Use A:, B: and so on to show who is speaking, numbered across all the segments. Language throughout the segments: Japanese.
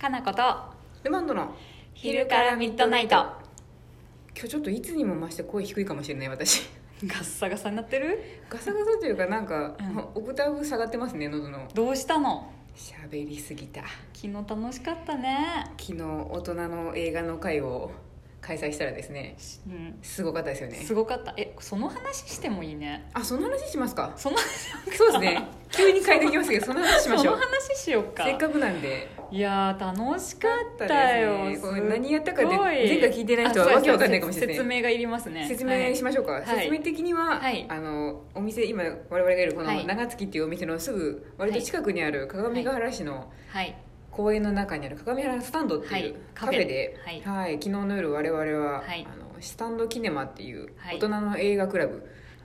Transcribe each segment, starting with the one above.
A: かなこと
B: ルマンドの
A: 昼からミッドナイトガ
B: 今日ちょっといつにも増して声低いかもしれな い私
A: ッサガサになってる
B: ガサガサというかなんか、
A: うん
B: オクターブ下がってますね喉の
A: どうしたの
B: 喋りすぎた
A: 昨日楽しかったね
B: 昨日大人の映画の会を開催したらですね
A: うん
B: すごかったですよね
A: すごかったえその話してもいいね
B: あその話しま すか
A: その
B: そうですね急に変えてきましたけどその話しまし
A: そ
B: ょ
A: の
B: う
A: 話しようか
B: せっかくなんで
A: いやー楽しかったよ
B: よこ
A: す
B: れ
A: っごい
B: 何やったかって前回聞いてない人はわけわかんないかもしれない
A: あそうです説明がいりますね
B: 説明しましょうか、
A: い
B: 説明的には、
A: はい
B: あのお店今我々がいるこ
A: は
B: の
A: い
B: 長月っていうお店のすぐ割と近くにある各務原市の
A: はい
B: 公園の中にある各務原スタンドっていう
A: はい
B: カフェで、
A: カフェで
B: はい昨日の夜我々は、
A: はい
B: あのスタンドキネマっていう
A: はい
B: 大人の映画クラブ、
A: はい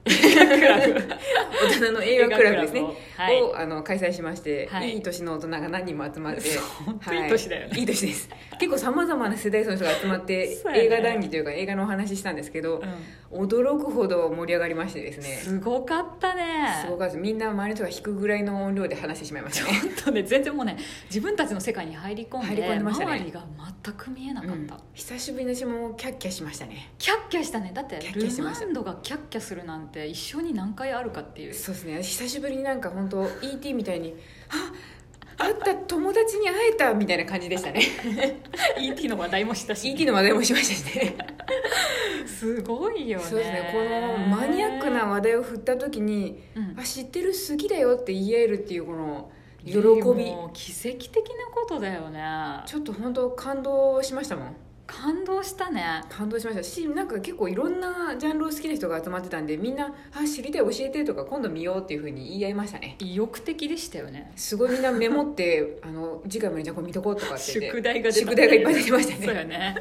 A: クラブ
B: 大人の映画クラブですね
A: 映画クラブをはい
B: をあの開催しまして、
A: はい
B: い、い年の大人が何人も集 まって
A: そう本当いい年だよね
B: はい、いい年です結構さまざまな世代層の人が集まって
A: そうやね
B: 映画談義というか映画のお話ししたんですけど
A: う、ん
B: 驚くほど盛り上がりましてですね
A: すごかったね
B: すごかったですみんな周りの人が引くぐらいの音量で話してしまいましたね
A: 本当ね全然もうね自分たちの世界に入り込んで
B: 入り込んでましたね
A: 周りが全く見えなかった、
B: うん久しぶりに私もキャッキャしましたね
A: キャッキャしたねだって
B: キャッキ
A: ル
B: ャしてま
A: マ
B: した
A: ンドがキャッキャするなんて一生に何回あるかっていう
B: そうですね私久しぶりになんか本当 ET みたいに「あ会った友達に会えた」みたいな感じでしたね
A: ET の話題もした
B: ET の話題もしましたしね
A: すごいよね
B: そうですねこのマニアックな話題を振った時に
A: う
B: 「
A: ん
B: あ知ってる好きだよ」って言い合えるっていうこの喜び
A: もう奇跡的なことだよね
B: ちょっと本当感動しましたもん
A: 感動したね
B: 感動しましたしなんか結構いろんなジャンルを好きな人が集まってたんでみんな「あ知りたい教えて」とか「今度見よう」っていうふうに言い合いましたね
A: 意欲的でしたよね
B: すごいみんなメモってあの次回もじゃあこれ見とこうとかって言っ
A: 宿
B: て
A: 題が出た
B: 宿題がいっぱい出てましたね
A: そうよね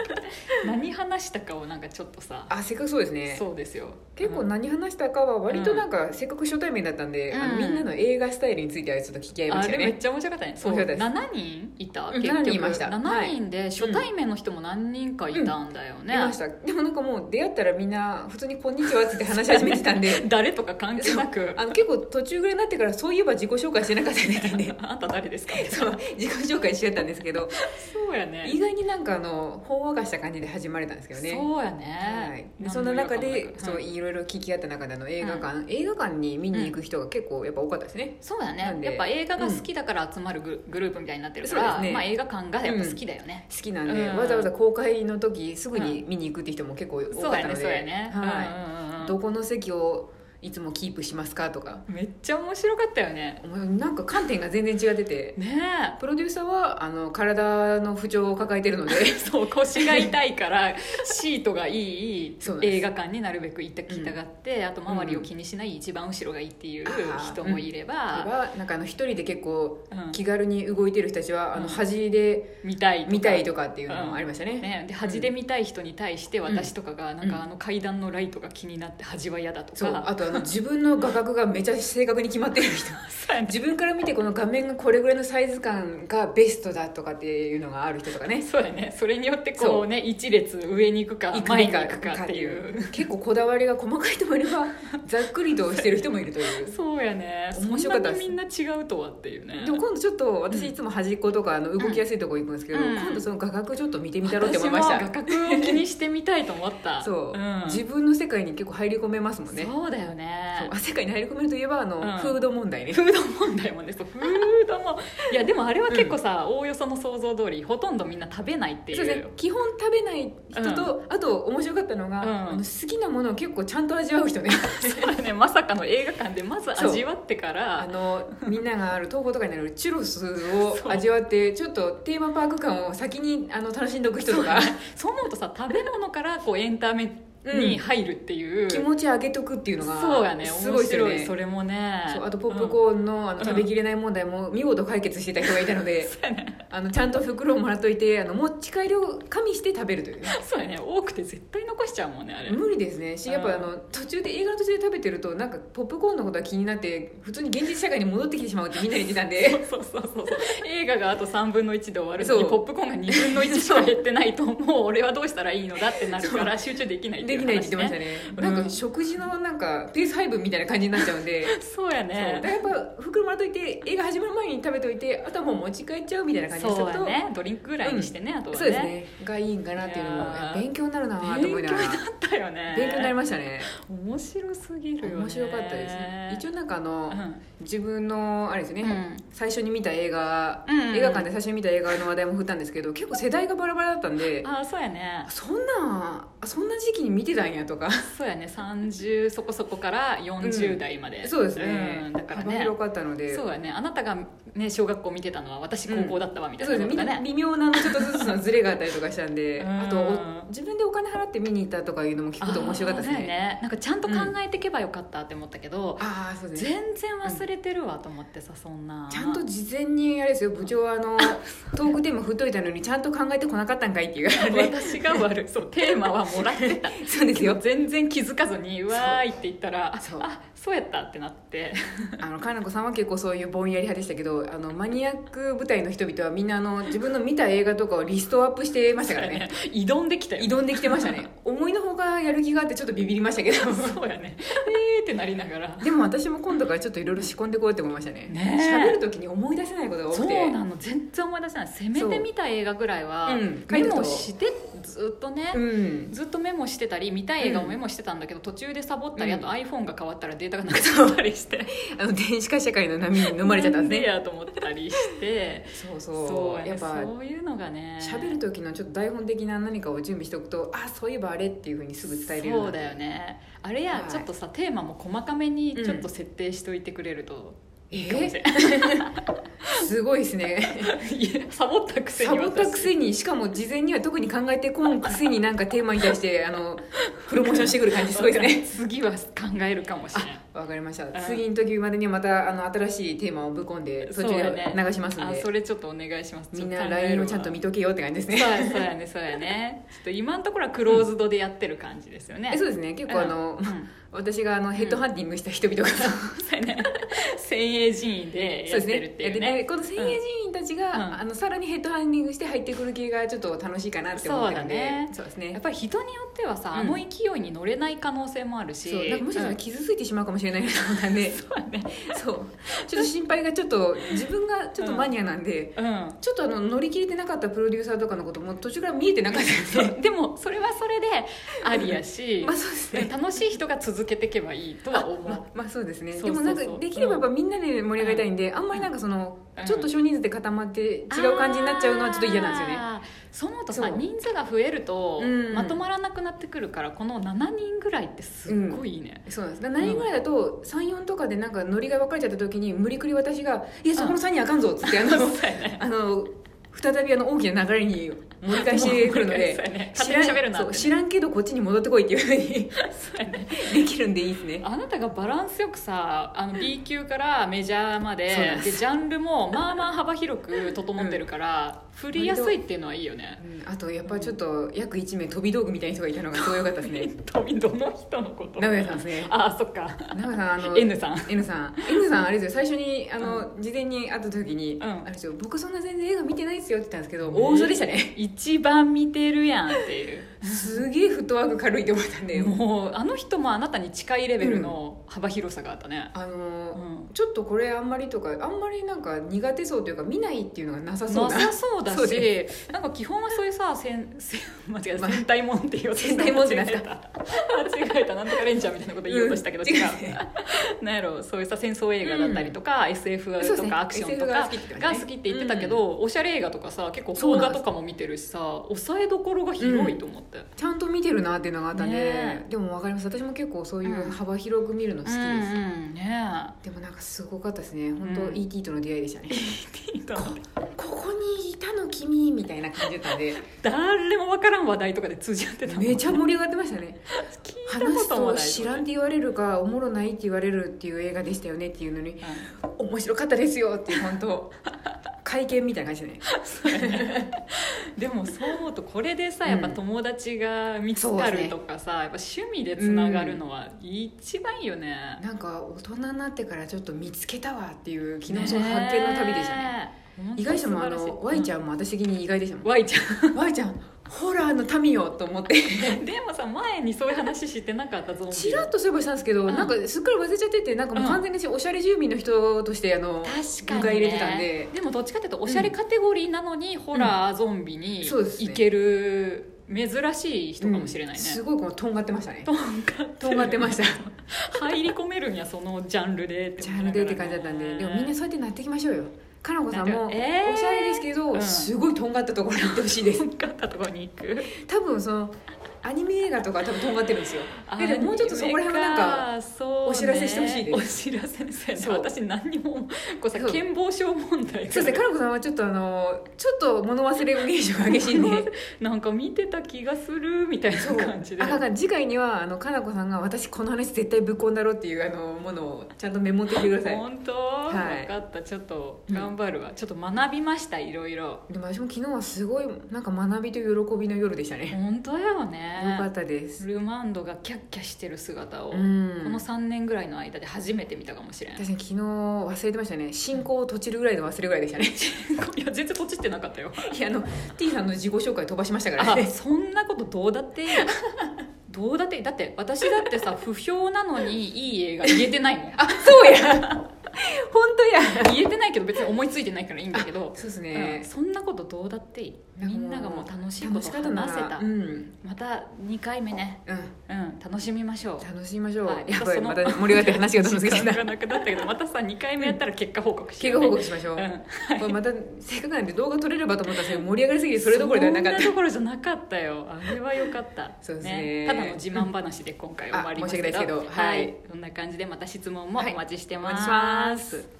A: 何話したかをなんかちょっとさ
B: あせっかくそうですね
A: そうですよ
B: 結構
A: うん
B: 何話したかは割となんか、せっかく初対面だったんで、あ
A: う
B: の
A: ん
B: みんなの映画スタイルについてはちょっと聞き合いま
A: あ
B: した
A: れ
B: よ
A: めっ
B: ね
A: ちゃ面白かったねそう
B: 面白かった
A: 7人いた
B: うん
A: 結
B: 7
A: 局
B: 人いました
A: 7人で初対面の人も何人かいたんだよ
B: い
A: ね、
B: ましたでもなんかもう出会ったらみんな普通に「こんにちは」っつって話し始めてたんで
A: 誰とか関係なく
B: あの結構途中ぐらいになってからそういえば自己紹介してなかったみ たいで
A: あんた誰ですか
B: そう自己紹介しちゃったんですけど
A: そうやね
B: 意外になんかあのほんわかした感じで始まれたんですけどね
A: そうや
B: は
A: ね
B: い、でそんな中
A: 何の違和感
B: で
A: もなく
B: そう
A: はい
B: いろいろ聞き合った中であの映画館、映画館に見に行く人が結構やっぱ多かったですね、
A: そうやね
B: なんで
A: やっぱ映画が好きだから集まるググループみたいになってるか
B: そう
A: ら、
B: ですね
A: まあ、映画館がやっぱ好きだよね、
B: 好きなんで、
A: うん
B: わざわざ公開の時すぐに見に行くって人も結構多
A: そ
B: か
A: う
B: っ
A: や
B: た
A: ね
B: の
A: そ
B: で、
A: うやね、
B: は
A: うんうんう
B: い、
A: ん
B: どこの席をいつもキープしますかとか
A: めっちゃ面白かったよね
B: もうなんか観点が全然違ってて
A: ねえ
B: プロデューサーはあの体の不調を抱えて るので
A: そう腰が痛いからシートがいい
B: そうなんです
A: 映画館になるべく行ったきたがって、あと周りを気にしない一番後ろがいいっていう人もいれば、
B: はなんかあの一人で結構
A: うん
B: 気軽に動いてる人たちは、あ
A: うん
B: の端で
A: 見たい
B: 見たい
A: と
B: とかっていうのもありましたね、
A: か、ね、で端で見たい人に対して私とかが、なん
B: うん
A: かあの階段のライトが気になって端は嫌だと
B: そう
A: か
B: あとあの自分の画角がめちゃ正確に決まってる人
A: そうやね
B: 自分から見てこの画面がこれぐらいのサイズ感がベストだとかっていうのがある人とかね
A: そうやねそれによってこうね一列上に行くか
B: 行く
A: 前
B: べ
A: に
B: き
A: 行
B: か
A: くかっていう
B: 結構こだわりが細かい人もいればざっくりとしてる人もいるという
A: そうやね
B: 面白かったです
A: そんなにみんな違うとは っていうね
B: でも今度ちょっと私いつも端っことかあの動きやすいとこ行くんですけど、
A: うん
B: 今度その画角ちょっと見てみたろうって思いまし
A: 私も
B: た
A: 画角を気にしてみたいと思った
B: そう、
A: ん
B: 自分の世界に結構入り込めますもんねそう
A: そうだよね
B: あ世界に入り込めるといえばあの、
A: うん
B: フード問題ね
A: フード問題もねそうフード もいやでもあれは結構さ、おおよその想像通りほとんどみんな食べないっていう
B: そうですね基本食べない人と、あと面白かったのが、
A: うん
B: あの好きなものを結構ちゃんと味わ う人ね
A: そうだねまさかの映画館でまず味わってか
B: あ
A: ら
B: のみんながある東宝とかにあるチュロス を
A: そう
B: 味わってちょっとテーマパーク感を先にあの楽しんでおく人とか
A: そう思うとさ食べ物からこうエンタメに入るっていう、
B: 気持ち上げとくっていうのが
A: そうやね
B: すご
A: 面
B: いですよ
A: 白い
B: ね
A: それもね
B: そうあとポップ
A: ーン、
B: コーンのあ
A: う
B: の
A: ん
B: 食べきれない問題も見事解決してた人がいたの で、あのちゃんと袋をもらっといてあの持ち帰りを加味して食べるというね
A: そうやね多くて絶対残しちゃうもんねあれ、
B: 無理ですねしやっ
A: うん
B: ぱあの途中で映画の途中で食べてるとなんかポップコーンのことは気になって普通に現実社会に戻ってきてしまうってみんな言ってたんで
A: そうそうそうそう映画があと3分の1で終わるのに
B: そう
A: ポップコーンが2分の1しか減ってないともう俺はどうしたらいいのだってなるから集中できないって
B: で
A: い
B: で
A: う
B: き
A: 話、
B: な
A: ね、
B: いって言ってましたね、
A: うん
B: なんか食事のなんかペース配分みたいな感じになっちゃうんで
A: そうや
B: そうだ
A: ね
B: からやっぱ袋もらっといて映画始まる前に食べといてあとはもう持ち帰っちゃうみたいな感じにし
A: そう
B: とく
A: や
B: と
A: ねドリンクぐらいにしてね、あとはね
B: そうですねがいいんかなっていうのも
A: いやー
B: 勉強になるな
A: 勉
B: と思
A: 強
B: い
A: に
B: な
A: な
B: が
A: っ
B: ら
A: たよね
B: 勉強になりましたね
A: 面白すぎるよね
B: 面白かったですね一応なんかあの、
A: うん
B: 自分のあれですね、
A: うん
B: 最初に見た映画、
A: うんうんうん
B: 映画館で最初に見た映画の話題も振ったんですけど結構世代がバラバラだったんで
A: あそうやね
B: そんなそんな時期に見てたんやと か
A: そうやね30そこそこから40代まで、
B: そうですね、
A: うんだから
B: 幅
A: ね
B: 広かったので
A: そうやねあなたがね小学校見てたのは私高校だったわみたい
B: そうで
A: な
B: す
A: こ
B: ね
A: と
B: みん
A: が
B: な
A: ね、
B: 微妙なちょっとずつのズレがあったりとかしたんで
A: うん
B: あとお自分でお金払って見に行ったとかいうのも聞くと面白かったです
A: あーそう
B: ね
A: やなんかちゃんと考えていけばよかったって思ったけど、
B: ああーそうですね
A: 全然忘れてるわと思ってさそんな
B: ちゃんと事前にあれですよ部長はあのトークテーマ振っといたのにちゃんと考えてこなかったんかいってい う
A: 私が悪いそうテーマはもらってた
B: そうですよ
A: 全然気づかずに「うわーい」って言ったら「あ
B: そう
A: あそうやった」ってなって
B: あのかなこさんは結構そういうぼんやり派でしたけどあのマニアック舞台の人々はみんなあの自分の見た映画とかをリストアップしてましたからね
A: 挑んできたよね
B: 挑んできてましたね思いのほかやる気があってちょっとビビりました けど
A: そうやねえーってなりながら
B: でも私も今度からちょっといろいろ仕込んでこうって思いましたね
A: ねえ
B: 喋る時に思い出せないことが多く
A: そ
B: て
A: うなの全然思い出せないせめて見た映画ぐらいは、
B: そううん
A: メモしてずっとね、
B: うん
A: ずっとメモしてたり見たい映画を
B: うん
A: メモしてたんだけど、途中でサボったり、
B: うん
A: あと iPhone が変わったらデータがなくなったりして
B: あの電子化社会の波に飲まれちゃったん
A: なん
B: です
A: で
B: ね
A: やと思ったりして
B: そう そう
A: そうや,、ね、
B: やっぱ
A: そういうのがね
B: 喋る時のちょっと台本的な何かを準備しておくとあそういえばあれっていうふうにすぐ伝えれるな
A: そうだよねあれや、
B: はい
A: ちょっとさテーマも細かめにちょっと設定しておいてくれると
B: え
A: いいかもし
B: ー
A: れない、
B: すごいですね
A: いやサボったくせ
B: サ
A: に
B: ボったくせにしかも事前には特に考えてこんくせになんかテーマに対し てあのプロモーションしてくる感じすごいですね
A: ね次は考えるかもしれない
B: わかりました
A: ん
B: 次の時までにはまたあの新しいテーマをぶっ込んでそっち
A: そう
B: で
A: やね
B: 流しますん
A: あ
B: で、
A: それちょっとお願いします
B: みんな LINE をちゃんと見とけよって感じです
A: そう
B: ね
A: やそうやねそうやねちょっと今のところはクローズドでやってる感じですよね、
B: えそうですね結構あの、
A: うんうん
B: 私があのヘッドハンティングした人々が、
A: そう やね先鋭人員でや
B: そ
A: っ
B: うです
A: て
B: ね
A: るっていう
B: で
A: ね
B: ねこの先鋭人員たちが、
A: うん
B: あのさらにヘッドハンティングして入ってくる系がちょっと楽しいかなって思ってるん
A: そうだ
B: で
A: ね
B: そうです
A: や
B: ね
A: っぱり人によってはさ、
B: うん
A: あの勢いに乗れない可能性もあるし
B: そうなんかもしかした
A: う
B: ら
A: ん
B: 傷ついてしまうかもしれないなと思ったんで、
A: そうやね
B: そうちょっと心配がちょっと自分がちょっとマニアなんで、
A: うん
B: ちょっとあの乗り切れてなかったプロデューサーとかのことも途中から見えてなかったんで
A: でもそれはそれでありやし、
B: まあそうですね
A: 楽しい人が続けていけばいいとは思う、
B: ままあそうですね
A: そうそうそう
B: でもなんかできればやっぱみんなで盛り上がりたいんで、あんまりなんかその、
A: うん
B: ちょっと少人数で固まって違う感じになっちゃうのはちょっと嫌なんですよね
A: あーそう思うとさ
B: そう
A: 人数が増えると
B: うん
A: まとまらなくなってくるからこの7人ぐらいってすっごいいいね、
B: そうなんですだから何人ぐらいだと34とかでなんかノリが分かれちゃった時に無理くり私が「いやそこの3人あかんぞ」っつってあの
A: そうやね
B: あの再びあの大きな流れに 盛り返してくるの
A: そう や
B: で
A: ね
B: 知
A: 勝手に喋
B: ら
A: る
B: ん
A: な
B: そ
A: っ
B: う
A: て
B: 知らんけどこっちに戻ってこいっていうふう に
A: そうやね
B: できるんでいいですね
A: あなたがバランスよくさ あの B 級からメジャーまで
B: そうなん
A: で
B: です
A: ジャンルもまあまあ幅広く整ってる から、振りやすいっていうのはいいよね
B: うんあとやっぱちょっと約1名飛び道具みたいな人がいたのがすごい良かったです ね
A: 富どの人のこと
B: 名古屋さんですね
A: ああそっか
B: 名古屋さんあの
A: N さん
B: N さん N さんあれですよ最初にあの、事前に会った時に、
A: ん
B: あれですよ僕そんな全然映画見てないですよって言ったんですけど、
A: ね
B: 大嘘でし たね
A: 一番見てるやんって いう
B: すげえフットワーク軽いと思ったんで、
A: もうあの人もあなたに近いレベルの幅広さがあったね、
B: あの、
A: うん
B: ちょっとこれあんまりとかあんまりなんか苦手そうというか見ないっていうのがなさそう
A: な
B: な
A: さそうだ
B: そう
A: しなんか基本はそういうさせんせん間違えた戦隊もんって言おうとした
B: 戦隊もんってなんす
A: 間違えた間違えたなんとかレンジャーみたいなこと言おうとしたけど、
B: うん
A: 違
B: 違
A: う
B: う
A: なんやろそういうさ戦争映画だったりとか、
B: そうで
A: SF
B: す
A: と
B: ね
A: かアクションと
B: SF が
A: か
B: 好きって感じね
A: が好きって言ってたけど、おしゃれ映画とかさ結構邦画とかも見てるしさ抑えどころが広いと思って、
B: ちゃんと見てるなっていうのがあったんで、
A: ね
B: でも分かります私も結構そうい
A: うん
B: う幅広く見るの好きです、
A: うんうんね
B: でもなんかすごかったですね本当、
A: うん
B: ET との出会いでしたね
A: え
B: ここにいたの君みたいな感じだ ったんで
A: 誰もわからん話題とかで通じ合ってたもんね
B: めちゃ盛り上がってましたね
A: 聞いたこ
B: 話
A: とも
B: と
A: ない
B: 知らんって言われるかおもろないって言われるっていう映画でしたよねっていうのに
A: う
B: 面白かったですよっていう本当会見みたいな感じでね
A: んでもそう思うとこれでさ
B: うん
A: やっぱ友達が見つかるとかさ、やっぱ趣味でつながるのは一番いいよね、
B: なんか大人になってからちょっと見つけたわっていう昨日その発見の旅でしたね
A: ねえ
B: 意外者もあ
A: 本当素晴らしい
B: の Y ちゃ
A: うん
B: も私的に意外でしたもん、
A: Y ちゃん
B: Y ちゃんホラーの民よと思って
A: でもさ前にそういう話してなかったゾンビ
B: ちらっとそういえばしたんですけど、
A: ん
B: なんかすっかり忘れちゃっててなんかもう完全におしゃれ住民の人としてあの
A: 確
B: 迎
A: かに、ね、
B: え入れてたんで
A: もどっちかっていうとおしゃれカテゴリーなのに、ホラーゾンビに
B: そうですね
A: いける珍しい人かもしれないね
B: うん、すごいこのとんがってましたね
A: とんがってる
B: とんがってました
A: 入り込めるんやそのジャンルでって
B: ジ
A: 思
B: ャ
A: い
B: ン
A: な
B: ル
A: が
B: で
A: ら
B: って感じだったんででも みんなそうやってなっていきましょうよかなこさんも
A: な
B: お
A: ん
B: し
A: てえー
B: ゃれですけど、
A: うん
B: すごいとんがったところに行ってほしいです
A: とんがったとこに行く
B: 多分そのアニメ映画とかは多分とんがってるん ですよででももうちょっとそこら辺はなんか
A: アニメそうね
B: お知らせしてほしいです
A: お知らせですよね
B: そう
A: 私何にもこうさ
B: そう
A: 健忘症問題が
B: そうですねかなこさんはちょっとあのちょっと物忘れ現象が激しいんで
A: なんか見てた気がするみたいな
B: そう
A: 感じで
B: あかんかん次回にはあのかなこさんが私この話絶対ぶっこんだろっていうあのものをちゃんとメモってき てください
A: 本当、
B: は
A: 分
B: い
A: かったちょっと頑張るわ、ちょっと学びましたいろいろ
B: でも私も昨日はすごいなんか学びと喜びの夜でしたね、
A: 本当やよ
B: よか
A: ね
B: ったです、
A: ルマンドがキャッキャしてる姿を、
B: うん、
A: この3年ぐらいの間で初めて見たかもしれない
B: 確かに昨日忘れてましたね進行を閉じるぐらいの忘れぐらいでしたね
A: いや全然閉じてなかったよ
B: いやあの T さんの自己紹介飛ばしましたから
A: あ
B: ね
A: そんなことどうだっていいよどうだっていいだって私だってさ不評なのにいい映画言えてないもん
B: あそうや本当や
A: 言えてないけど別に思いついてないからいいんだけど、
B: そうです
A: うん
B: ね、
A: そんなことどうだっていい
B: なん
A: み
B: かもうん
A: ながもう楽しいこ
B: 楽
A: と
B: し
A: を
B: かったな
A: 話
B: ら
A: せた、
B: うん、うん、
A: また2回目ねうん楽しみましょう
B: 楽しみましょう、
A: はい
B: やっぱり
A: ま
B: ま
A: た
B: た
A: その
B: 盛り上がって話がどんどん過ぎ
A: 時
B: て
A: 間
B: た
A: がなくなったけどまたさ2回目やったら結果報告して
B: 経過報告しましょう、
A: うん
B: これまたせっかくなんで動画撮れればと思ったんですけど盛り上がりすぎてそれどころではなかっ
A: そ
B: た
A: んなところじゃなかったよあれは良かった
B: そうですね
A: ただの自慢話で今回終わりますけど
B: あ申し訳ないですけどはい
A: そんな感じでまた質問もお待ちして
B: お
A: ま
B: 願いし
A: す、
B: ます